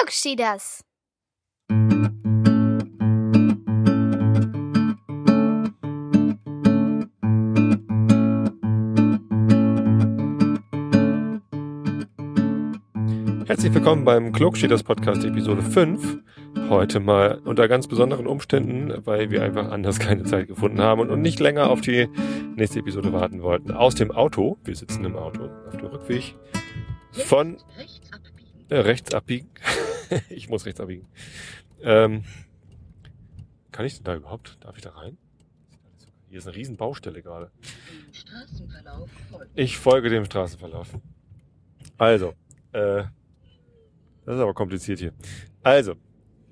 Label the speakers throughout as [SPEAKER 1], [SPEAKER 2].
[SPEAKER 1] Klugschieders.
[SPEAKER 2] Herzlich willkommen beim Klugschieders Podcast Episode 5. Heute mal unter ganz besonderen Umständen, weil wir einfach anders keine Zeit gefunden haben und nicht länger auf die nächste Episode warten wollten. Aus dem Auto, wir sitzen im Auto auf dem Rückweg von
[SPEAKER 3] Rechts abbiegen.
[SPEAKER 2] äh, rechts abbiegen. ich muss rechts abbiegen. Ähm, kann ich denn da überhaupt? Darf ich da rein? Hier ist eine riesen Baustelle gerade.
[SPEAKER 3] Straßenverlauf folgt.
[SPEAKER 2] Ich folge dem Straßenverlauf. Also, äh, das ist aber kompliziert hier. Also,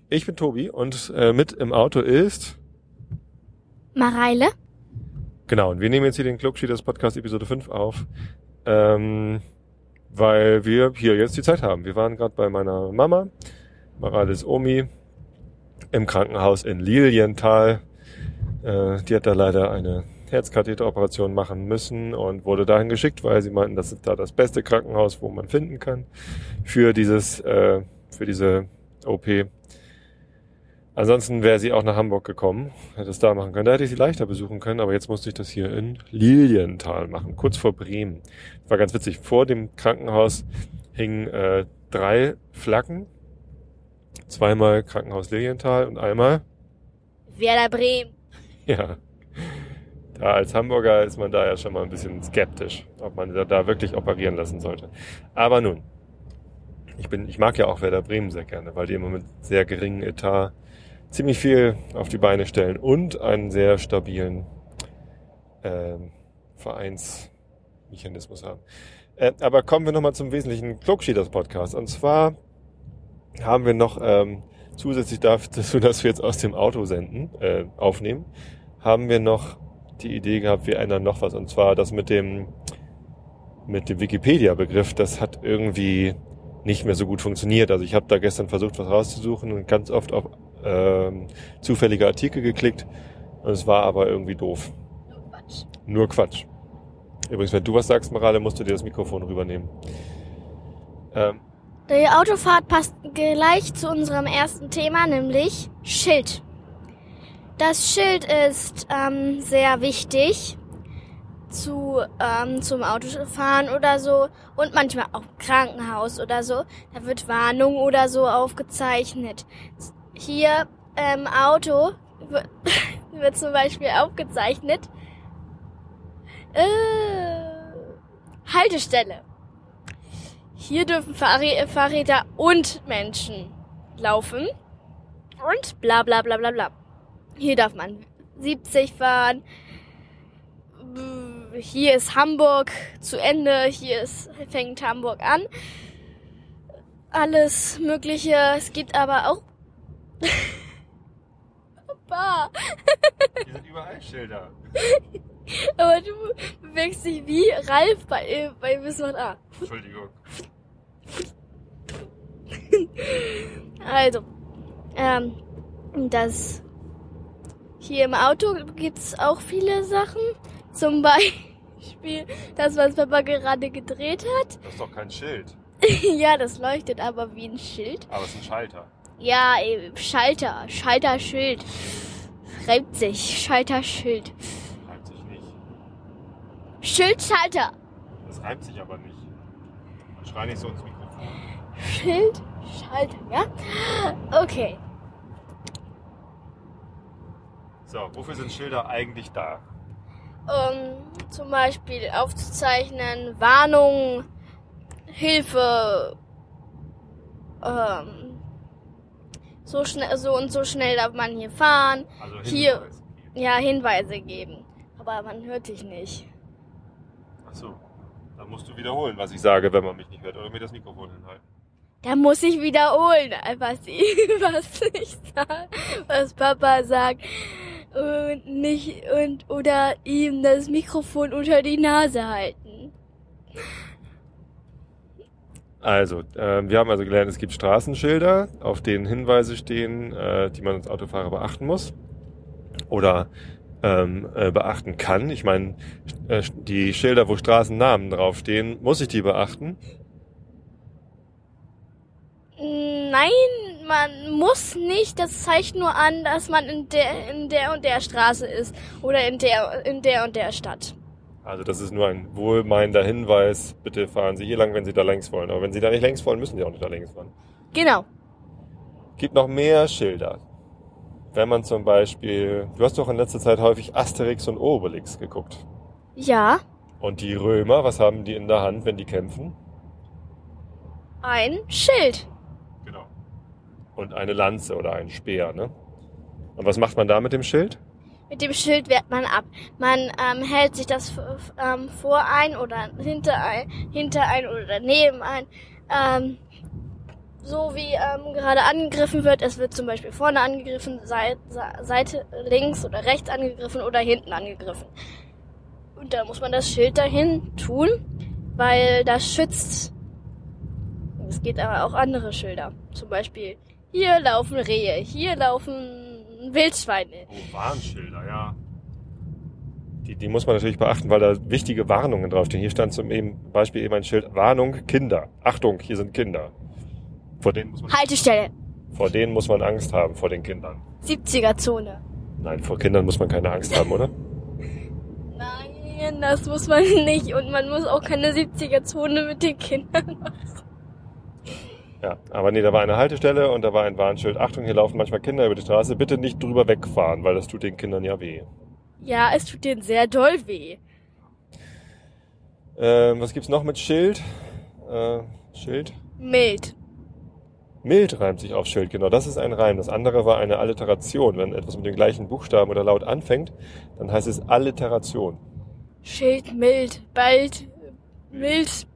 [SPEAKER 2] ich bin Tobi und äh, mit im Auto ist.
[SPEAKER 1] Mareile?
[SPEAKER 2] Genau, und wir nehmen jetzt hier den Clubsheeters Podcast Episode 5 auf, ähm, weil wir hier jetzt die Zeit haben. Wir waren gerade bei meiner Mama, Marales Omi, im Krankenhaus in Lilienthal. Äh, die hat da leider eine Herzkatheteroperation machen müssen und wurde dahin geschickt, weil sie meinten, das ist da das beste Krankenhaus, wo man finden kann für dieses, äh, für diese OP. Ansonsten wäre sie auch nach Hamburg gekommen, hätte es da machen können. Da hätte ich sie leichter besuchen können, aber jetzt musste ich das hier in Lilienthal machen, kurz vor Bremen. War ganz witzig. Vor dem Krankenhaus hingen äh, drei Flaggen. Zweimal Krankenhaus Lilienthal und einmal,
[SPEAKER 1] Werder Bremen.
[SPEAKER 2] ja, da als Hamburger ist man da ja schon mal ein bisschen skeptisch, ob man da, da wirklich operieren lassen sollte. Aber nun, ich bin, ich mag ja auch Werder Bremen sehr gerne, weil die immer mit sehr geringem Etat ziemlich viel auf die Beine stellen und einen sehr stabilen ähm, Vereinsmechanismus haben. Äh, aber kommen wir nochmal zum wesentlichen Klugschieders Podcast. Und zwar haben wir noch ähm, zusätzlich dazu, dass wir jetzt aus dem Auto senden, äh, aufnehmen, haben wir noch die Idee gehabt, wir ändern noch was. Und zwar das mit dem mit dem Wikipedia-Begriff, das hat irgendwie nicht mehr so gut funktioniert. Also ich habe da gestern versucht, was rauszusuchen und ganz oft auf ähm, zufällige Artikel geklickt und es war aber irgendwie doof.
[SPEAKER 3] Nur Quatsch.
[SPEAKER 2] Nur Quatsch. Übrigens, wenn du was sagst, Marale, musst du dir das Mikrofon rübernehmen. Ähm,
[SPEAKER 1] Die Autofahrt passt gleich zu unserem ersten Thema, nämlich Schild. Das Schild ist ähm, sehr wichtig zu, ähm, zum Autofahren oder so und manchmal auch im Krankenhaus oder so. Da wird Warnung oder so aufgezeichnet. Hier ähm, Auto wird, wird zum Beispiel aufgezeichnet. Äh, Haltestelle. Hier dürfen Fahrrä- Fahrräder und Menschen laufen. Und bla bla bla bla bla. Hier darf man 70 fahren. B- Hier ist Hamburg zu Ende. Hier ist, fängt Hamburg an. Alles Mögliche. Es gibt aber auch. Opa,
[SPEAKER 2] Hier sind überall Schilder.
[SPEAKER 1] aber du bewegst dich wie Ralf bei, äh, bei Wismann A.
[SPEAKER 2] Entschuldigung.
[SPEAKER 1] Also, ähm, das hier im Auto gibt's auch viele Sachen. Zum Beispiel das, was Papa gerade gedreht hat.
[SPEAKER 2] Das ist doch kein Schild,
[SPEAKER 1] ja, das leuchtet aber wie ein Schild.
[SPEAKER 2] aber es ist ein Schalter.
[SPEAKER 1] Ja, äh, Schalter, Schalterschild. Reibt sich, Schalterschild.
[SPEAKER 2] Reimt sich nicht.
[SPEAKER 1] Schild, Schalter.
[SPEAKER 2] Das reimt sich aber nicht. Und schrei nicht so ins Mikrofon.
[SPEAKER 1] Schild, Schalter, ja? Okay.
[SPEAKER 2] So, wofür sind Schilder eigentlich da?
[SPEAKER 1] um zum Beispiel aufzuzeichnen, Warnung, Hilfe, ähm, so schnell, so und so schnell darf man hier fahren,
[SPEAKER 2] Also
[SPEAKER 1] Hier.
[SPEAKER 2] Hinweise geben.
[SPEAKER 1] ja, Hinweise geben. Aber man hört dich nicht.
[SPEAKER 2] Ach so. Dann musst du wiederholen, was ich sage, wenn man mich nicht hört. Oder mir das Mikrofon hinhalten.
[SPEAKER 1] Da muss ich wiederholen, was ich, was ich sag, was Papa sagt. Und nicht, und, oder ihm das Mikrofon unter die Nase halten.
[SPEAKER 2] Also, ähm, wir haben also gelernt, es gibt Straßenschilder, auf denen Hinweise stehen, äh, die man als Autofahrer beachten muss oder ähm, äh, beachten kann. Ich meine, äh, die Schilder, wo Straßennamen draufstehen, muss ich die beachten?
[SPEAKER 1] Mm, nein, man muss nicht. Das zeigt nur an, dass man in der, in der und der Straße ist oder in der, in der und der Stadt.
[SPEAKER 2] Also das ist nur ein wohlmeinender Hinweis. Bitte fahren Sie hier lang, wenn Sie da längs wollen. Aber wenn Sie da nicht längs wollen, müssen Sie auch nicht da längs fahren.
[SPEAKER 1] Genau.
[SPEAKER 2] Gibt noch mehr Schilder. Wenn man zum Beispiel, du hast doch in letzter Zeit häufig Asterix und Obelix geguckt.
[SPEAKER 1] Ja,
[SPEAKER 2] Und die Römer, was haben die in der Hand, wenn die kämpfen?
[SPEAKER 1] ein Schild.
[SPEAKER 2] Genau. Und eine Lanze oder ein Speer, ne? Und was macht man da mit dem Schild?
[SPEAKER 1] Mit dem Schild wehrt man ab. Man ähm, hält sich das f- ähm, vor ein oder hinter ein, hinter ein oder neben ein. Ähm, so wie ähm, gerade angegriffen wird. Es wird zum Beispiel vorne angegriffen, Seite, Seite links oder rechts angegriffen oder hinten angegriffen. Und da muss man das Schild dahin tun, weil das schützt. Es geht aber auch andere Schilder. Zum Beispiel hier laufen Rehe, hier laufen Wildschweine.
[SPEAKER 2] Oh, Warnschilder, ja. Die, die muss man natürlich beachten, weil da wichtige Warnungen draufstehen. Hier stand zum eben- Beispiel eben ein Schild, Warnung, Kinder. Achtung, hier sind Kinder. Vor denen muss man,
[SPEAKER 1] Haltestelle.
[SPEAKER 2] vor denen muss man Angst haben, vor den Kindern.
[SPEAKER 1] 70er Zone.
[SPEAKER 2] Nein, vor Kindern muss man keine Angst haben, oder?
[SPEAKER 1] Nein, das muss man nicht. Und man muss auch keine 70er Zone mit den Kindern.
[SPEAKER 2] Ja, aber nee, da war eine Haltestelle und da war ein Warnschild. Achtung, hier laufen manchmal Kinder über die Straße. Bitte nicht drüber wegfahren, weil das tut den Kindern ja weh.
[SPEAKER 1] Ja, es tut denen sehr doll weh.
[SPEAKER 2] Ähm, was gibt's noch mit Schild? Äh, Schild?
[SPEAKER 1] Mild.
[SPEAKER 2] Mild reimt sich auf Schild, genau. Das ist ein Reim. Das andere war eine Alliteration. Wenn etwas mit dem gleichen Buchstaben oder Laut anfängt, dann heißt es Alliteration.
[SPEAKER 1] Schild mild. Bald. Mild.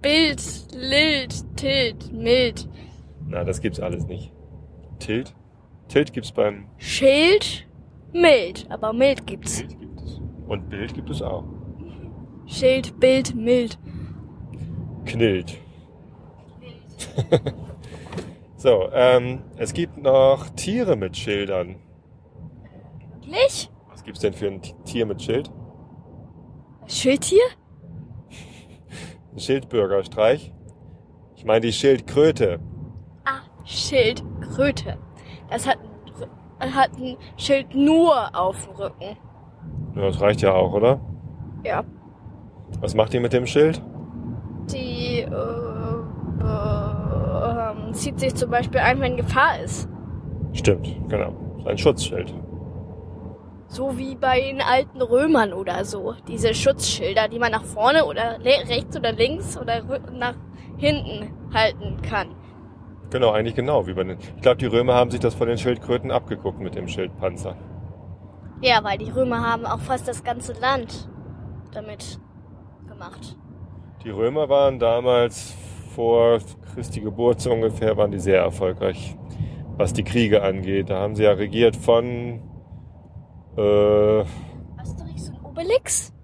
[SPEAKER 1] Bild. Lild. Tilt. Mild.
[SPEAKER 2] Na, das gibt's alles nicht. Tilt? Tilt gibt's beim
[SPEAKER 1] Schild. Mild. Aber mild gibt's.
[SPEAKER 2] Bild gibt es. Und Bild gibt es auch.
[SPEAKER 1] Schild. Bild. Mild.
[SPEAKER 2] Knillt. so, ähm, es gibt noch Tiere mit Schildern.
[SPEAKER 1] Nicht?
[SPEAKER 2] Was gibt's denn für ein T- Tier mit Schild?
[SPEAKER 1] Schildtier?
[SPEAKER 2] Ein Schildbürgerstreich? Ich meine die Schildkröte.
[SPEAKER 1] Ah, Schildkröte. Das hat, ein Rü- hat ein Schild nur auf dem Rücken.
[SPEAKER 2] Ja, das reicht ja auch, oder?
[SPEAKER 1] Ja.
[SPEAKER 2] Was macht ihr mit dem Schild?
[SPEAKER 1] Die äh, äh, ähm, zieht sich zum Beispiel ein, wenn Gefahr ist.
[SPEAKER 2] Stimmt, genau. Ist Ein Schutzschild.
[SPEAKER 1] So wie bei den alten Römern oder so. Diese Schutzschilder, die man nach vorne oder le- rechts oder links oder rü- nach hinten halten kann.
[SPEAKER 2] Genau, eigentlich genau wie bei den. Ich glaube, die Römer haben sich das von den Schildkröten abgeguckt mit dem Schildpanzer.
[SPEAKER 1] Ja, weil die Römer haben auch fast das ganze Land damit gemacht.
[SPEAKER 2] Die Römer waren damals vor Christi Geburt so ungefähr, waren die sehr erfolgreich, was die Kriege angeht. Da haben sie ja regiert von äh,
[SPEAKER 1] Asterix und Obelix?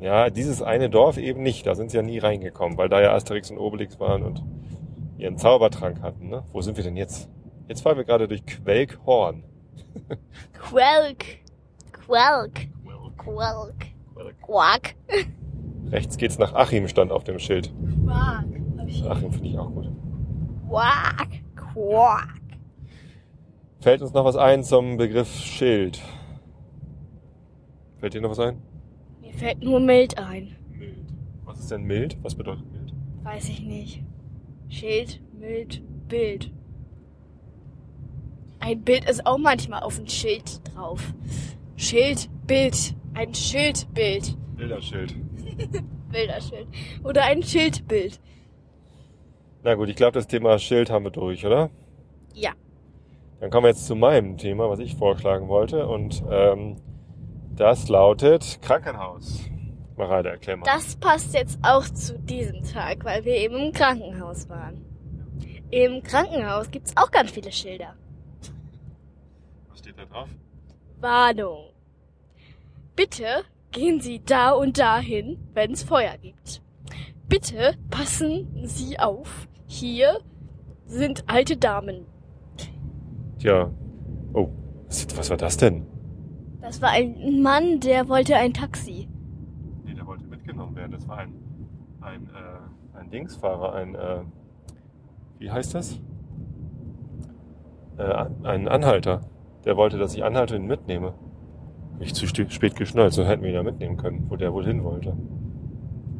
[SPEAKER 2] ja, dieses eine Dorf eben nicht. Da sind sie ja nie reingekommen, weil da ja Asterix und Obelix waren und ihren Zaubertrank hatten. Ne? Wo sind wir denn jetzt? Jetzt fahren wir gerade durch Quelkhorn.
[SPEAKER 1] Quelk. Quelk. Quelk. Quark.
[SPEAKER 2] Rechts geht's nach Achim, stand auf dem Schild.
[SPEAKER 1] Quark.
[SPEAKER 2] Achim finde ich auch gut.
[SPEAKER 1] Quark. Quark.
[SPEAKER 2] Fällt uns noch was ein zum Begriff Schild? Fällt dir noch was ein?
[SPEAKER 1] Mir fällt nur mild ein.
[SPEAKER 2] Mild. Was ist denn mild? Was bedeutet mild?
[SPEAKER 1] Weiß ich nicht. Schild, mild, Bild. Ein Bild ist auch manchmal auf ein Schild drauf. Schild, Bild. Ein Schildbild.
[SPEAKER 2] Bilderschild.
[SPEAKER 1] Bilderschild. Oder ein Schildbild.
[SPEAKER 2] Na gut, ich glaube, das Thema Schild haben wir durch, oder?
[SPEAKER 1] Ja.
[SPEAKER 2] Dann kommen wir jetzt zu meinem Thema, was ich vorschlagen wollte. Und ähm, das lautet Krankenhaus. Mareide, erklär mal.
[SPEAKER 1] Das passt jetzt auch zu diesem Tag, weil wir eben im Krankenhaus waren. Im Krankenhaus gibt's auch ganz viele Schilder.
[SPEAKER 2] Was steht da drauf?
[SPEAKER 1] Warnung. Bitte gehen Sie da und dahin, wenn es Feuer gibt. Bitte passen Sie auf. Hier sind alte Damen.
[SPEAKER 2] Tja. Oh, was, was war das denn?
[SPEAKER 1] Das war ein Mann, der wollte ein Taxi.
[SPEAKER 2] Nee, der wollte mitgenommen werden. Das war ein, ein, äh, ein Dingsfahrer, ein, äh, wie heißt das? äh, einen Anhalter. Der wollte, dass ich anhalte und ihn mitnehme. Ich zu sti- spät geschnallt, so hätten wir ihn ja mitnehmen können, wo der wohl hin wollte.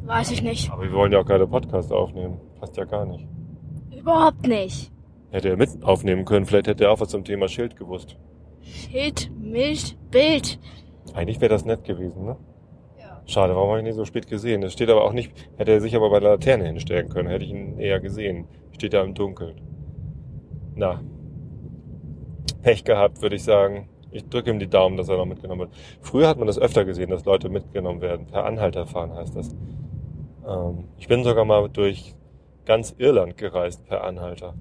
[SPEAKER 1] Weiß ich nicht.
[SPEAKER 2] Aber wir wollen ja auch gerade Podcast aufnehmen. Passt ja gar nicht.
[SPEAKER 1] Überhaupt nicht.
[SPEAKER 2] Hätte er mit aufnehmen können, vielleicht hätte er auch was zum Thema Schild gewusst.
[SPEAKER 1] Schild, Milch, Bild.
[SPEAKER 2] Eigentlich wäre das nett gewesen, ne? Ja. Schade, warum habe ich ihn so spät gesehen? Das steht aber auch nicht, hätte er sich aber bei der Laterne hinstellen können, hätte ich ihn eher gesehen. Steht da im Dunkeln. Na. Pech gehabt, würde ich sagen. Ich drücke ihm die Daumen, dass er noch mitgenommen wird. Früher hat man das öfter gesehen, dass Leute mitgenommen werden. Per Anhalter fahren heißt das. Ähm, ich bin sogar mal durch ganz Irland gereist per Anhalter.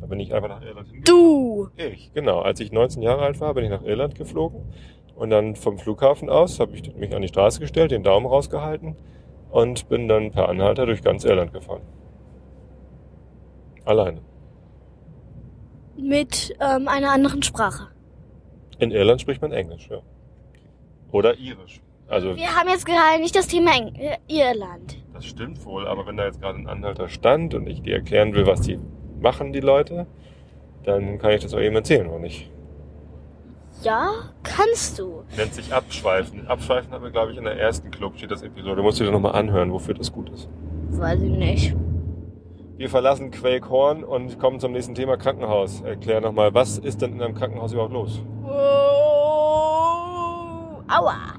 [SPEAKER 2] Da bin ich einfach nach Irland hingefahren.
[SPEAKER 1] Du.
[SPEAKER 2] Ich, genau. Als ich 19 Jahre alt war, bin ich nach Irland geflogen und dann vom Flughafen aus habe ich mich an die Straße gestellt, den Daumen rausgehalten und bin dann per Anhalter durch ganz Irland gefahren. Alleine.
[SPEAKER 1] Mit ähm, einer anderen Sprache.
[SPEAKER 2] In Irland spricht man Englisch, ja. Oder Irisch. Also
[SPEAKER 1] Wir haben jetzt gerade nicht das Thema Eng äh, Irland.
[SPEAKER 2] das stimmt wohl, aber wenn da jetzt gerade ein Anhalter stand und ich dir erklären will, was die machen, die Leute, dann kann ich das auch eben erzählen, oder nicht?
[SPEAKER 1] Ja, kannst du.
[SPEAKER 2] Nennt sich Abschweifen. Abschweifen haben wir, glaube ich, in der ersten Club steht das Episode. Musst du dir nochmal anhören, wofür das gut ist.
[SPEAKER 1] Weiß ich nicht.
[SPEAKER 2] Wir verlassen Quakeborn und kommen zum nächsten Thema Krankenhaus. Erklär nochmal, was ist denn in einem Krankenhaus überhaupt los?
[SPEAKER 1] Oh, aua.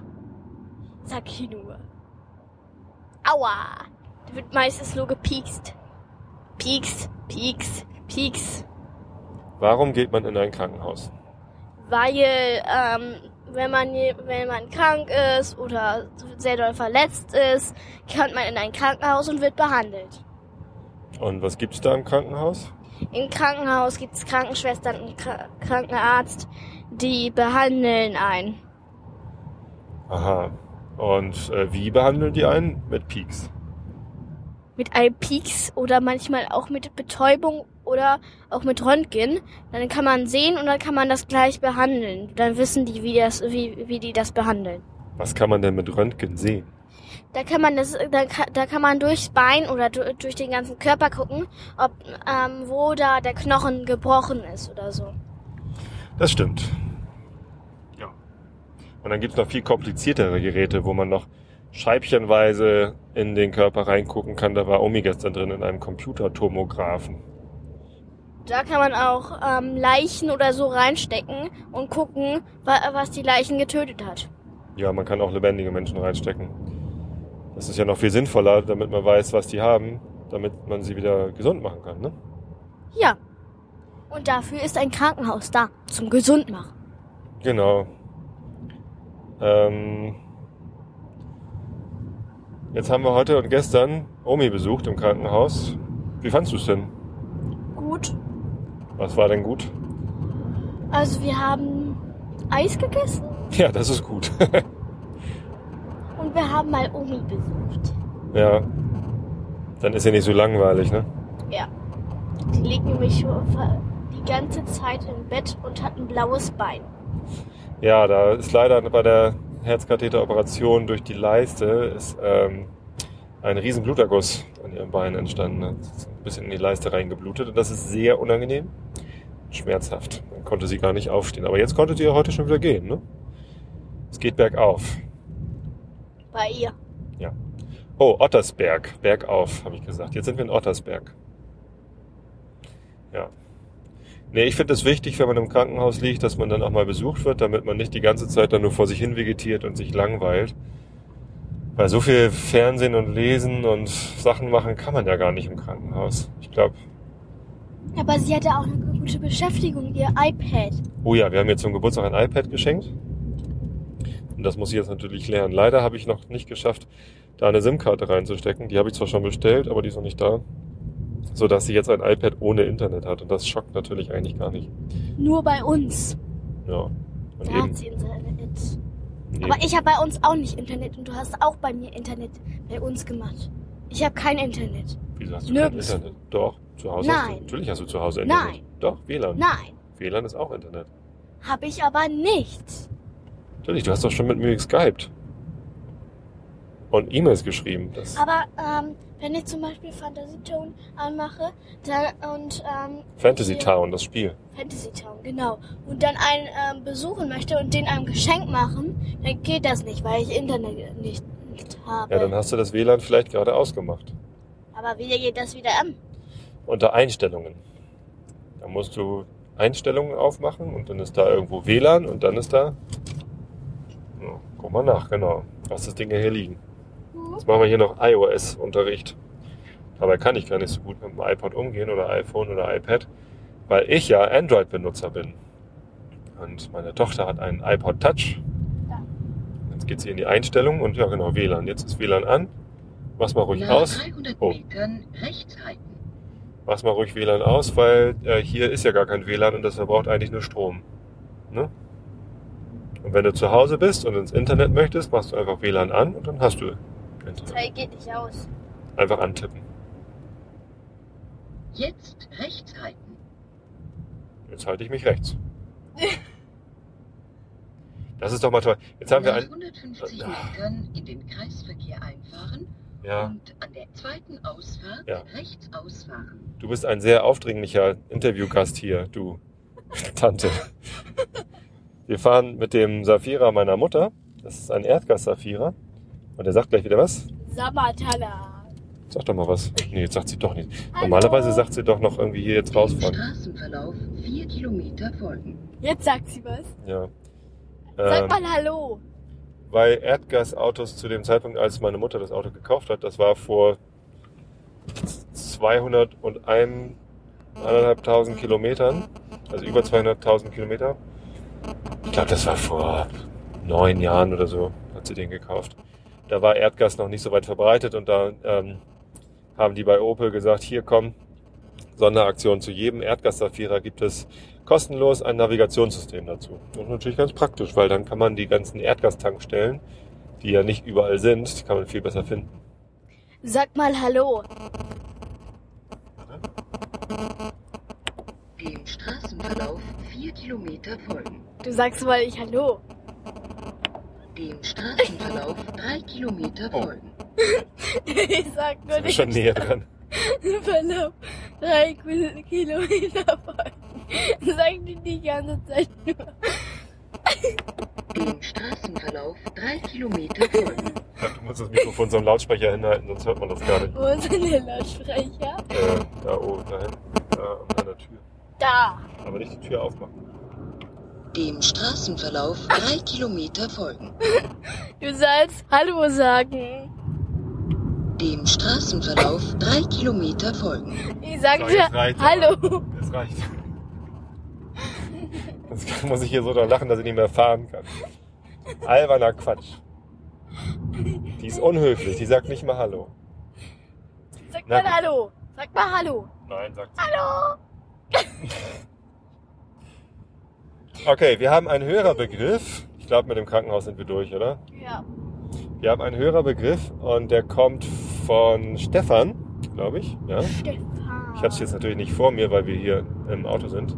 [SPEAKER 1] Sag ich nur. Aua. Da wird meistens nur gepiekst. Pieks, pieks, pieks.
[SPEAKER 2] Warum geht man in ein Krankenhaus?
[SPEAKER 1] Weil, ähm, wenn man, je- wenn man krank ist oder sehr doll verletzt ist, kommt man in ein Krankenhaus und wird behandelt.
[SPEAKER 2] Und was gibt's da im Krankenhaus?
[SPEAKER 1] Im Krankenhaus gibt es Krankenschwestern und Kra Krankenarzt, die behandeln einen.
[SPEAKER 2] Aha. Und äh, wie behandeln die einen? Mit Peaks.
[SPEAKER 1] mit einem Pieks oder manchmal auch mit Betäubung oder auch mit Röntgen. Dann kann man sehen und dann kann man das gleich behandeln. Dann wissen die, wie, das, wie, wie die das behandeln.
[SPEAKER 2] Was kann man denn mit Röntgen sehen?
[SPEAKER 1] Da kann man das, da, kann- da kann man durchs Bein oder du- durch den ganzen Körper gucken, ob ähm, wo da der Knochen gebrochen ist oder so.
[SPEAKER 2] Das stimmt. Ja. Und dann gibt's noch viel kompliziertere Geräte, wo man noch scheibchenweise in den Körper reingucken kann. Da war Omi gestern drin in einem Computertomographen.
[SPEAKER 1] Da kann man auch ähm, Leichen oder so reinstecken und gucken, wa was die Leichen getötet hat.
[SPEAKER 2] Ja, man kann auch lebendige Menschen reinstecken. Das ist ja noch viel sinnvoller, damit man weiß, was die haben, damit man sie wieder gesund machen kann. Ne?
[SPEAKER 1] Ja. Und dafür ist ein Krankenhaus da, zum Gesundmachen.
[SPEAKER 2] Genau. Ähm, jetzt haben wir heute und gestern Omi besucht im Krankenhaus. Wie fandst du es denn?
[SPEAKER 1] gut.
[SPEAKER 2] Was war denn gut?
[SPEAKER 1] Also wir haben Eis gegessen
[SPEAKER 2] Ja, das ist gut.
[SPEAKER 1] und wir haben mal Omi besucht.
[SPEAKER 2] ja. Dann ist ja nicht so langweilig, ne?
[SPEAKER 1] Die liegt nämlich ver- die ganze Zeit im Bett und hat ein blaues Bein.
[SPEAKER 2] Ja, da ist leider bei der Herzkatheteroperation durch die Leiste ist, ähm, ein riesen Bluterguss an ihrem Bein entstanden. Hat ist ein bisschen in die Leiste reingeblutet und das ist sehr unangenehm, schmerzhaft. Dann konnte sie gar nicht aufstehen. Aber jetzt konnte sie ja heute schon wieder gehen, ne? Es geht bergauf.
[SPEAKER 1] Bei ihr.
[SPEAKER 2] Oh, Ottersberg. Bergauf, habe ich gesagt. Jetzt sind wir in Ottersberg. Ja. Nee, ich finde es wichtig, wenn man im Krankenhaus liegt, dass man dann auch mal besucht wird, damit man nicht die ganze Zeit dann nur vor sich hin vegetiert und sich langweilt. Weil so viel Fernsehen und Lesen und Sachen machen kann man ja gar nicht im Krankenhaus. Ich glaube,
[SPEAKER 1] Aber sie hatte auch eine gute Beschäftigung, ihr iPad.
[SPEAKER 2] oh ja, wir haben jetzt zum Geburtstag ein iPad geschenkt. Und das muss ich jetzt natürlich lernen. Leider habe ich noch nicht geschafft, da eine SIM-Karte reinzustecken. Die habe ich zwar schon bestellt, aber die ist noch nicht da. So dass sie jetzt ein iPad ohne Internet hat. Und das schockt natürlich eigentlich gar nicht.
[SPEAKER 1] Nur bei uns.
[SPEAKER 2] Ja. Und
[SPEAKER 1] Da
[SPEAKER 2] eben,
[SPEAKER 1] hat sie Internet.
[SPEAKER 2] eben.
[SPEAKER 1] Aber ich habe bei uns auch nicht Internet und du hast auch bei mir Internet bei uns gemacht. Ich habe kein Internet.
[SPEAKER 2] Wieso hast du kein
[SPEAKER 1] nirgends.
[SPEAKER 2] Internet? Doch, zu Hause hast
[SPEAKER 1] Nein.
[SPEAKER 2] du. Natürlich hast du zu Hause Internet.
[SPEAKER 1] Nein.
[SPEAKER 2] Doch, WLAN.
[SPEAKER 1] Nein,
[SPEAKER 2] WLAN ist auch Internet.
[SPEAKER 1] habe ich aber nicht.
[SPEAKER 2] Natürlich, du hast doch schon mit mir geskypt. und E-Mails geschrieben. Das,
[SPEAKER 1] Aber ähm, wenn ich zum Beispiel Fantasy Town anmache dann, und ähm,
[SPEAKER 2] Fantasy
[SPEAKER 1] die-
[SPEAKER 2] Town, das Spiel.
[SPEAKER 1] Fantasy Town, genau. Und dann einen ähm, besuchen möchte und den einem Geschenk machen, dann geht das nicht, weil ich Internet nicht, nicht habe.
[SPEAKER 2] Ja, dann hast du das WLAN vielleicht gerade ausgemacht.
[SPEAKER 1] Aber wie geht das wieder an?
[SPEAKER 2] Unter Einstellungen. Da musst du Einstellungen aufmachen und dann ist da irgendwo WLAN und dann ist da. Ja, guck mal nach, genau. Lass das Ding ja hier liegen. Jetzt machen wir hier noch iOS-Unterricht. Dabei kann ich gar nicht so gut mit dem iPod umgehen oder iPhone oder iPad, weil ich ja Android-Benutzer bin. Und meine Tochter hat einen iPod Touch.
[SPEAKER 1] Ja.
[SPEAKER 2] Jetzt geht sie in die Einstellung und ja genau, WLAN. Jetzt ist WLAN an. Mach's mal ruhig
[SPEAKER 3] Nach
[SPEAKER 2] aus.
[SPEAKER 3] 300
[SPEAKER 2] Oh.
[SPEAKER 3] Metern rechts halten.
[SPEAKER 2] mach's mal ruhig WLAN aus, weil äh, hier ist ja gar kein WLAN und das verbraucht eigentlich nur Strom. Ne? Und wenn du zu Hause bist und ins Internet möchtest, machst du einfach WLAN an und dann hast du Internet.
[SPEAKER 1] geht nicht aus.
[SPEAKER 2] Einfach antippen.
[SPEAKER 3] Jetzt rechts halten.
[SPEAKER 2] Jetzt halte ich mich rechts. Das ist doch mal toll. Jetzt haben wir
[SPEAKER 3] Nach
[SPEAKER 2] ein.
[SPEAKER 3] 150
[SPEAKER 2] Ah.
[SPEAKER 3] Metern in den Kreisverkehr einfahren
[SPEAKER 2] Ja,
[SPEAKER 3] und an der zweiten Ausfahrt
[SPEAKER 2] Ja.
[SPEAKER 3] rechts ausfahren.
[SPEAKER 2] du bist ein sehr aufdringlicher Interviewgast hier, du Tante. Wir fahren mit dem Safira meiner Mutter. Das ist ein Erdgas-Safira. Und der sagt gleich wieder was.
[SPEAKER 1] Samatana.
[SPEAKER 2] Sag doch mal was. Nee, jetzt sagt sie doch nicht. Normalerweise sagt sie doch noch irgendwie hier jetzt
[SPEAKER 3] Dem
[SPEAKER 2] rausfahren.
[SPEAKER 3] Straßenverlauf 4 Kilometer folgen.
[SPEAKER 1] Jetzt sagt sie was.
[SPEAKER 2] Ja.
[SPEAKER 1] Sag
[SPEAKER 2] Ähm,
[SPEAKER 1] mal Hallo.
[SPEAKER 2] weil Erdgasautos zu dem Zeitpunkt, als meine Mutter das Auto gekauft hat, das war vor 201, 1.500 Kilometern, also über 200.000 Kilometer. Ich glaube, das war vor neun Jahren oder so, hat sie den gekauft. Da war Erdgas noch nicht so weit verbreitet und da ähm, haben die bei Opel gesagt, hier komm, Sonderaktion zu jedem Erdgas-Safira gibt es kostenlos ein Navigationssystem dazu. Das ist natürlich ganz praktisch, weil dann kann man die ganzen Erdgastankstellen, die ja nicht überall sind, die kann man viel besser finden.
[SPEAKER 1] Sag mal Hallo.
[SPEAKER 3] Dem Straßenverlauf 4 Kilometer folgen.
[SPEAKER 1] Du sagst mal ich Hallo.
[SPEAKER 3] Dem Straßenverlauf 3 Kilometer
[SPEAKER 2] Oh.
[SPEAKER 3] folgen.
[SPEAKER 1] ich sag nur
[SPEAKER 2] Sind wir
[SPEAKER 1] nicht.
[SPEAKER 2] Also schon näher dran.
[SPEAKER 1] Verlauf drei Kil- Kilometer folgen. Sag die die ganze Zeit nur.
[SPEAKER 3] Dem Straßenverlauf 3 Kilometer folgen.
[SPEAKER 2] Ich glaub, du musst das Mikrofon so einem Lautsprecher hinhalten, sonst hört man das gar nicht.
[SPEAKER 1] Wo ist denn der Lautsprecher?
[SPEAKER 2] Äh, da oben, da hinten, da an der Tür.
[SPEAKER 1] Da.
[SPEAKER 2] Aber nicht die Tür aufmachen.
[SPEAKER 3] Dem Straßenverlauf 3 Kilometer folgen.
[SPEAKER 1] Du sollst Hallo sagen.
[SPEAKER 3] Dem Straßenverlauf 3 Kilometer folgen.
[SPEAKER 1] Ich sagte
[SPEAKER 2] So, jetzt reicht's
[SPEAKER 1] Hallo.
[SPEAKER 2] Das reicht. Jetzt muss ich hier so da lachen, dass ich nicht mehr fahren kann. Alberner Quatsch. Die ist unhöflich, die sagt nicht mal Hallo.
[SPEAKER 1] Sag mal
[SPEAKER 2] Na gut.
[SPEAKER 1] Hallo. Sag mal Hallo.
[SPEAKER 2] Nein, sagt
[SPEAKER 1] Hallo.
[SPEAKER 2] sie. Okay, wir haben einen Hörerbegriff. Ich glaube, mit dem Krankenhaus sind wir durch, oder?
[SPEAKER 1] Ja.
[SPEAKER 2] Wir haben einen Hörerbegriff und der kommt von Stefan, glaube ich. Ja?
[SPEAKER 1] Stefan.
[SPEAKER 2] Ich habe es jetzt natürlich nicht vor mir, weil wir hier im Auto sind.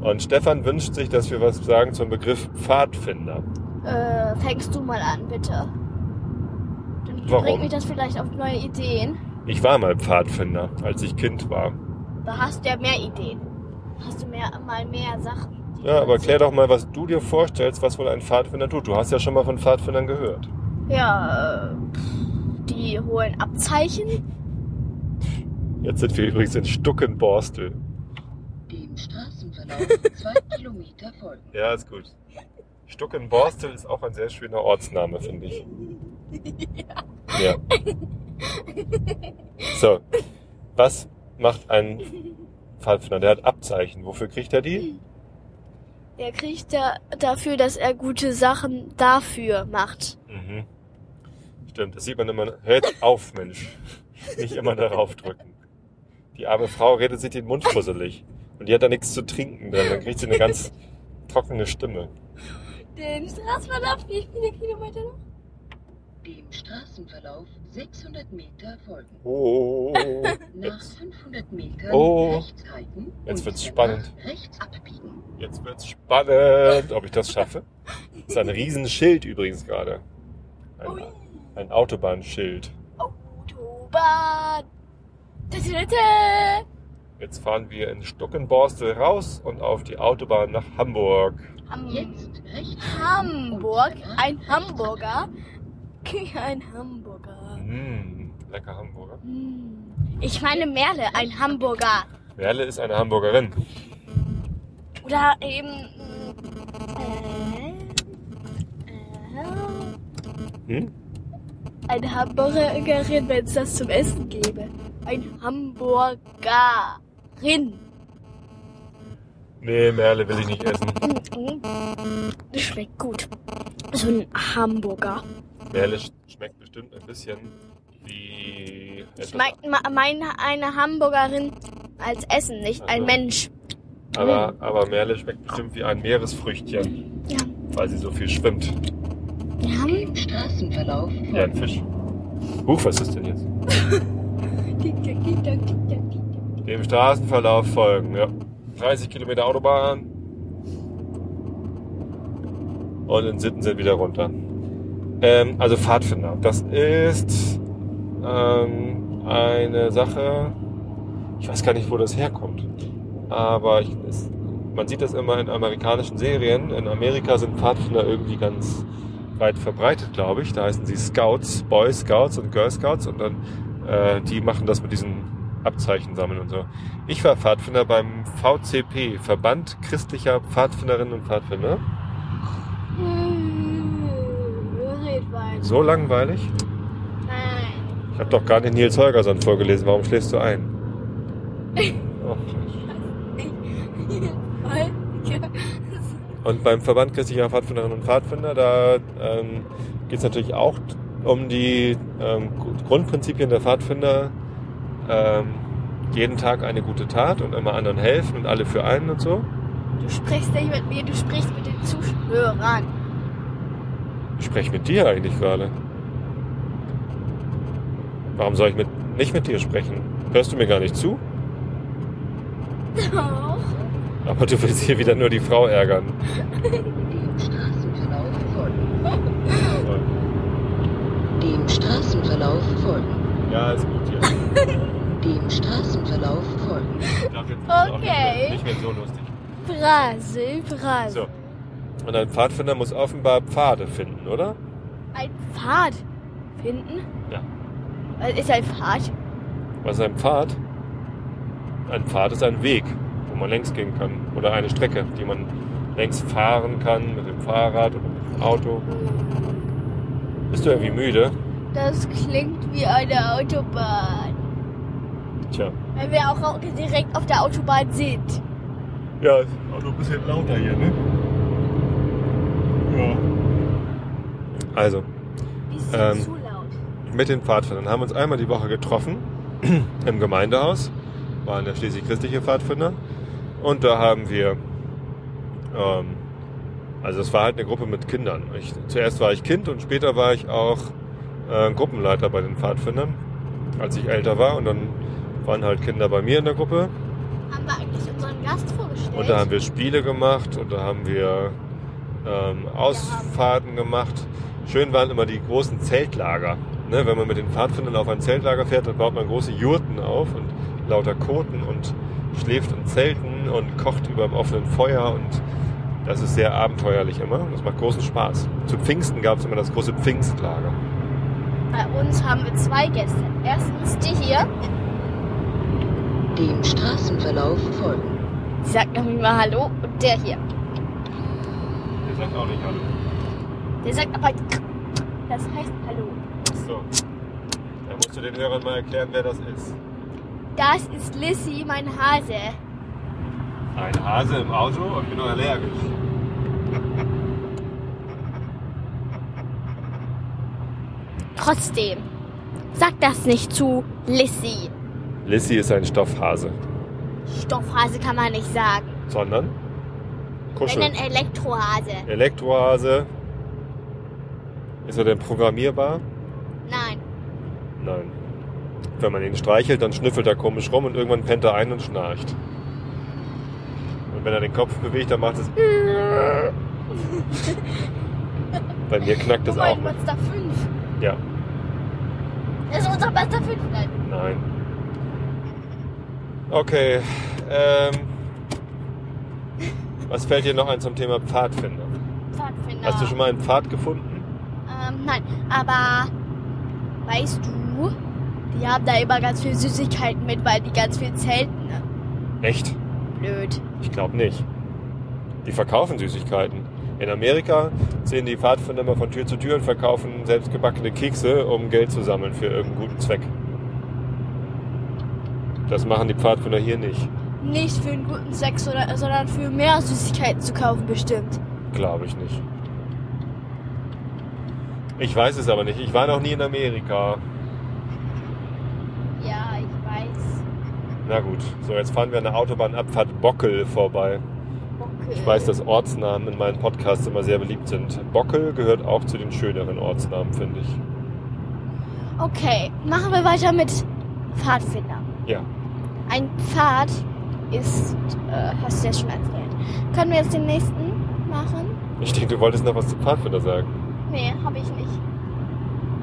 [SPEAKER 2] Und Stefan wünscht sich, dass wir was sagen zum Begriff Pfadfinder.
[SPEAKER 1] Äh, fängst du mal an, bitte. Dann
[SPEAKER 2] Warum?
[SPEAKER 1] bringt mich das vielleicht auf neue Ideen.
[SPEAKER 2] Ich war mal Pfadfinder, als ich Kind war.
[SPEAKER 1] Da hast du ja mehr Ideen. Hast du mehr, mal mehr Sachen. die
[SPEAKER 2] Ja,
[SPEAKER 1] man
[SPEAKER 2] aber
[SPEAKER 1] sieht.
[SPEAKER 2] klär doch mal, was du dir vorstellst, was wohl ein Pfadfinder tut. Du hast ja schon mal von Pfadfindern gehört.
[SPEAKER 1] Ja, äh, pff, die holen Abzeichen.
[SPEAKER 2] Jetzt sind wir übrigens in Stuckenborstel.
[SPEAKER 3] Dem Straßenverlauf 2 Kilometer folgen.
[SPEAKER 2] Ja, ist gut. Stuckenborstel ist auch ein sehr schöner Ortsname, finde ich. Ja. So, was macht ein Pfadfinder? Der hat Abzeichen. Wofür kriegt er die?
[SPEAKER 1] Er kriegt da, dafür, dass er gute Sachen dafür macht.
[SPEAKER 2] Mhm. Stimmt, das sieht man immer. Hört auf, Mensch. Nicht immer darauf drücken. Die arme Frau redet sich den Mund fusselig. Und die hat da nichts zu trinken drin. Dann kriegt sie eine ganz trockene Stimme.
[SPEAKER 1] Den Straßenverlauf, wie viele Kilometer noch?
[SPEAKER 3] Dem Straßenverlauf 600 Meter folgen.
[SPEAKER 2] Oh,
[SPEAKER 3] Nach 500 Metern
[SPEAKER 2] Oh.
[SPEAKER 3] rechts halten.
[SPEAKER 2] Jetzt
[SPEAKER 3] und
[SPEAKER 2] wird's
[SPEAKER 3] danach
[SPEAKER 2] spannend.
[SPEAKER 3] Rechts abbiegen.
[SPEAKER 2] jetzt wird's spannend, ob ich das schaffe. Das ist ein Riesenschild übrigens gerade. Ein,
[SPEAKER 1] Ui.
[SPEAKER 2] Ein Autobahnschild.
[SPEAKER 1] Autobahn. Tütütü.
[SPEAKER 2] Jetzt fahren wir in Stuckenborstel raus und auf die Autobahn nach Hamburg.
[SPEAKER 1] Ham
[SPEAKER 3] Jetzt rechts.
[SPEAKER 1] Hamburg. Ein Hamburger. Ein Hamburger.
[SPEAKER 2] Mm, lecker Hamburger.
[SPEAKER 1] Hm. Ich meine Merle, ein Hamburger.
[SPEAKER 2] Merle ist eine Hamburgerin.
[SPEAKER 1] Oder eben. Äh, äh,
[SPEAKER 2] Hm?
[SPEAKER 1] eine Hamburgerin, wenn es das zum Essen gäbe. Ein Hamburgerin.
[SPEAKER 2] Nee, Merle will ich nicht essen.
[SPEAKER 1] Mhm. Das schmeckt gut. So ein Hamburger.
[SPEAKER 2] Merle sch schmeckt bestimmt ein bisschen wie...
[SPEAKER 1] Ich mein, ma- meine eine Hamburgerin als Essen, nicht ein
[SPEAKER 2] Also.
[SPEAKER 1] Mensch.
[SPEAKER 2] aber, aber Merle schmeckt bestimmt wie ein Meeresfrüchtchen,
[SPEAKER 1] Ja.
[SPEAKER 2] weil sie so viel schwimmt.
[SPEAKER 1] ja.
[SPEAKER 3] Dem Straßenverlauf
[SPEAKER 2] Wie ein Fisch. Huch, was ist denn jetzt? Dem Straßenverlauf folgen, ja. 30 Kilometer Autobahn. Und in Sitten sind wieder runter. Ähm, also Pfadfinder. Das ist ähm, eine Sache. Ich weiß gar nicht, wo das herkommt. Aber ich, es, man sieht das immer in amerikanischen Serien. In Amerika sind Pfadfinder irgendwie ganz weit verbreitet, glaube ich. Da heißen sie Scouts, Boy Scouts und Girl Scouts. Und dann äh, die machen das mit diesen Abzeichen sammeln und so. Ich war Pfadfinder beim VCP, Verband christlicher Pfadfinderinnen und Pfadfinder.
[SPEAKER 1] Red weiter.
[SPEAKER 2] So langweilig.
[SPEAKER 1] Nein.
[SPEAKER 2] Ich habe doch gerade Nils Holgersson vorgelesen. Warum schläfst du ein? Oh. Und beim Verband christlicher Pfadfinderinnen und Pfadfinder, da ähm, geht es natürlich auch um die ähm, Gru- Grundprinzipien der Pfadfinder. Ähm, jeden Tag eine gute Tat und immer anderen helfen und alle für einen und so.
[SPEAKER 1] Du sprichst nicht mit mir, du sprichst mit den Zuhörern.
[SPEAKER 2] Ich spreche mit dir eigentlich gerade. Warum soll ich mit, nicht mit dir sprechen? Hörst du mir gar nicht zu? Aber du willst hier wieder nur die Frau ärgern.
[SPEAKER 3] Dem Straßenverlauf folgen. Dem Straßenverlauf folgen.
[SPEAKER 2] Ja, ist gut hier.
[SPEAKER 3] Dem Straßenverlauf folgen.
[SPEAKER 1] Okay. Also-
[SPEAKER 2] Nicht mehr so lustig.
[SPEAKER 1] Brasel, Brasel.
[SPEAKER 2] So. Und ein Pfadfinder muss offenbar Pfade finden, oder?
[SPEAKER 1] Ein Pfad finden?
[SPEAKER 2] Ja.
[SPEAKER 1] Was ist ein Pfad?
[SPEAKER 2] Was ist ein Pfad? Ein Pfad ist ein Weg, wo man längs gehen kann. Oder eine Strecke, die man längs fahren kann mit dem Fahrrad oder mit dem Auto. Bist du irgendwie müde?
[SPEAKER 1] Das klingt wie eine Autobahn.
[SPEAKER 2] Tja.
[SPEAKER 1] Weil wir auch au- direkt auf der Autobahn sind.
[SPEAKER 2] Ja, ist auch noch ein bisschen lauter hier, ne? Ja. Also,
[SPEAKER 1] Bisschen
[SPEAKER 2] Ähm.
[SPEAKER 1] zu laut.
[SPEAKER 2] mit den Pfadfindern haben wir uns einmal die Woche getroffen im Gemeindehaus, waren ja schließlich christliche Pfadfinder. Und da haben wir, ähm, also es war halt eine Gruppe mit Kindern. Ich, zuerst war ich Kind und später war ich auch äh, Gruppenleiter bei den Pfadfindern, als ich älter war. Und dann waren halt Kinder bei mir in der Gruppe.
[SPEAKER 1] Haben wir eigentlich unseren Gast vorgestellt?
[SPEAKER 2] Und da haben wir Spiele gemacht und da haben wir ähm, Ausfahrten gemacht. Schön waren immer die großen Zeltlager. Ne, wenn man mit den Pfadfindern auf ein Zeltlager fährt, dann baut man große Jurten auf und lauter Koten und schläft in Zelten und kocht über dem offenen Feuer und das ist sehr abenteuerlich immer. Das macht großen Spaß. Zu Pfingsten gab es immer das große Pfingstlager.
[SPEAKER 1] Bei uns haben wir zwei Gäste. Erstens die hier.
[SPEAKER 3] Dem Straßenverlauf folgen.
[SPEAKER 1] Die sagt noch nicht mal Hallo. Und der hier.
[SPEAKER 2] Ihr sagt auch nicht Hallo.
[SPEAKER 1] Der sagt aber. Das heißt Hallo.
[SPEAKER 2] So. Da musst du den Hörern mal erklären, wer das ist.
[SPEAKER 1] Das ist Lissy, mein Hase.
[SPEAKER 2] Ein Hase im Auto und bin nur allergisch.
[SPEAKER 1] Trotzdem. Sag das nicht zu Lissy.
[SPEAKER 2] Lissy ist ein Stoffhase,
[SPEAKER 1] Stoffhase kann man nicht sagen.
[SPEAKER 2] sondern
[SPEAKER 1] Wenn
[SPEAKER 2] Kuschel.
[SPEAKER 1] ein Elektrohase.
[SPEAKER 2] Elektrohase. Ist er denn programmierbar?
[SPEAKER 1] Nein.
[SPEAKER 2] Nein. Wenn man ihn streichelt, dann schnüffelt er komisch rum und irgendwann pennt er ein und schnarcht. Und wenn er den Kopf bewegt, dann macht es. Bei mir knackt es
[SPEAKER 1] Guck mal, Oh
[SPEAKER 2] auch.
[SPEAKER 1] Monster 5.
[SPEAKER 2] Ja.
[SPEAKER 1] unser bester Fünflein.
[SPEAKER 2] Nein. Okay. Ähm, was fällt dir noch ein zum Thema Pfadfinder?
[SPEAKER 1] Pfadfinder.
[SPEAKER 2] Hast du schon mal einen Pfad gefunden?
[SPEAKER 1] Ähm, nein, aber weißt du, die haben da immer ganz viel Süßigkeiten mit, weil die ganz viel zelten. ne?
[SPEAKER 2] Echt?
[SPEAKER 1] Blöd.
[SPEAKER 2] Ich glaube nicht. Die verkaufen Süßigkeiten. In Amerika sehen die Pfadfinder immer von Tür zu Tür und verkaufen selbstgebackene Kekse, um Geld zu sammeln für irgendeinen guten Zweck. Das machen die Pfadfinder hier nicht,
[SPEAKER 1] Nicht für einen guten Sex, oder, sondern für mehr Süßigkeiten zu kaufen, bestimmt.
[SPEAKER 2] glaube ich nicht. Ich weiß es aber nicht. Ich war noch nie in Amerika.
[SPEAKER 1] Ja, ich weiß.
[SPEAKER 2] Na gut, so jetzt fahren wir an der Autobahnabfahrt Bockel vorbei. Ich weiß, dass Ortsnamen in meinen Podcasts immer sehr beliebt sind. Bockel gehört auch zu den schöneren Ortsnamen, finde ich.
[SPEAKER 1] Okay, machen wir weiter mit Pfadfinder.
[SPEAKER 2] Ja.
[SPEAKER 1] Ein Pfad ist, äh, hast du ja schon erzählt. Können wir jetzt den nächsten machen?
[SPEAKER 2] Ich denke, du wolltest noch was zu Pfadfinder sagen.
[SPEAKER 1] Nee, habe ich nicht.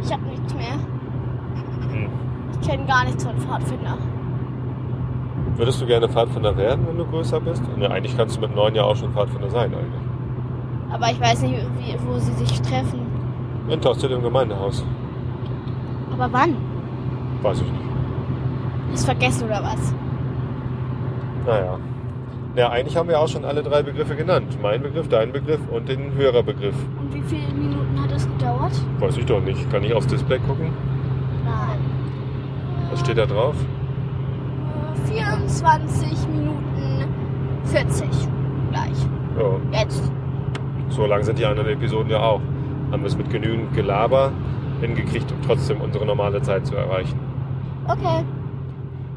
[SPEAKER 1] Ich habe nichts mehr.
[SPEAKER 2] Hm.
[SPEAKER 1] Ich kenne gar nichts von Pfadfinder.
[SPEAKER 2] Würdest du gerne Pfadfinder werden, wenn du größer bist? Ne, eigentlich kannst du mit neun ja auch schon Pfadfinder sein, eigentlich.
[SPEAKER 1] Aber ich weiß nicht, wie, wo sie sich treffen.
[SPEAKER 2] In Tostel im Gemeindehaus.
[SPEAKER 1] Aber wann?
[SPEAKER 2] Weiß ich nicht.
[SPEAKER 1] Ist vergessen oder was?
[SPEAKER 2] Naja. Ja, eigentlich haben wir auch schon alle drei Begriffe genannt. Mein Begriff, dein Begriff und den Hörerbegriff.
[SPEAKER 1] Und wie viele Minuten hat das gedauert?
[SPEAKER 2] Weiß ich doch nicht. Kann ich aufs Display gucken?
[SPEAKER 1] Nein.
[SPEAKER 2] Was steht da drauf?
[SPEAKER 1] 24 Minuten 40 gleich.
[SPEAKER 2] Ja,
[SPEAKER 1] Jetzt.
[SPEAKER 2] so lang sind die anderen Episoden ja auch. Haben wir es mit genügend Gelaber hingekriegt, um trotzdem unsere normale Zeit zu erreichen.
[SPEAKER 1] Okay.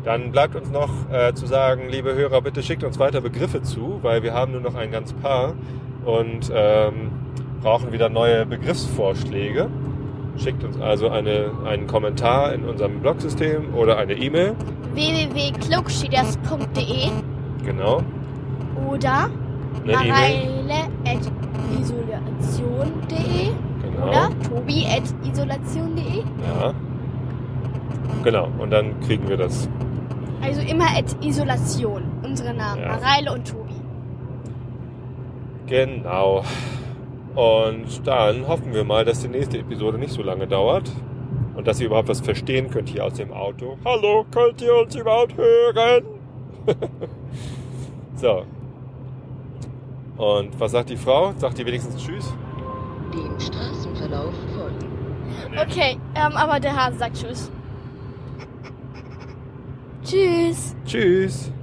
[SPEAKER 2] Dann bleibt uns noch äh, zu sagen, liebe Hörer, bitte schickt uns weiter Begriffe zu, weil wir haben nur noch ein ganz paar und ähm, brauchen wieder neue Begriffsvorschläge. Schickt uns also eine, einen Kommentar in unserem Blogsystem oder eine E-Mail.
[SPEAKER 1] www.klugschieders.de
[SPEAKER 2] Genau.
[SPEAKER 1] oder
[SPEAKER 2] Eine E-Mail.
[SPEAKER 1] mareile.isolation.de
[SPEAKER 2] Genau.
[SPEAKER 1] oder tobi.isolation.de.
[SPEAKER 2] Ja. Genau. Und dann kriegen wir das.
[SPEAKER 1] Also immer at Isolation. Unsere Namen.
[SPEAKER 2] Ja.
[SPEAKER 1] Mareile und Tobi.
[SPEAKER 2] Genau. Und dann hoffen wir mal, dass die nächste Episode nicht so lange dauert und dass ihr überhaupt was verstehen könnt hier aus dem Auto. Hallo, könnt ihr uns überhaupt hören? so. Und was sagt die Frau? Sagt die wenigstens Tschüss?
[SPEAKER 3] Dem Straßenverlauf folgen.
[SPEAKER 1] Okay, ähm, aber der Hase sagt Tschüss. Tschüss.
[SPEAKER 2] Tschüss.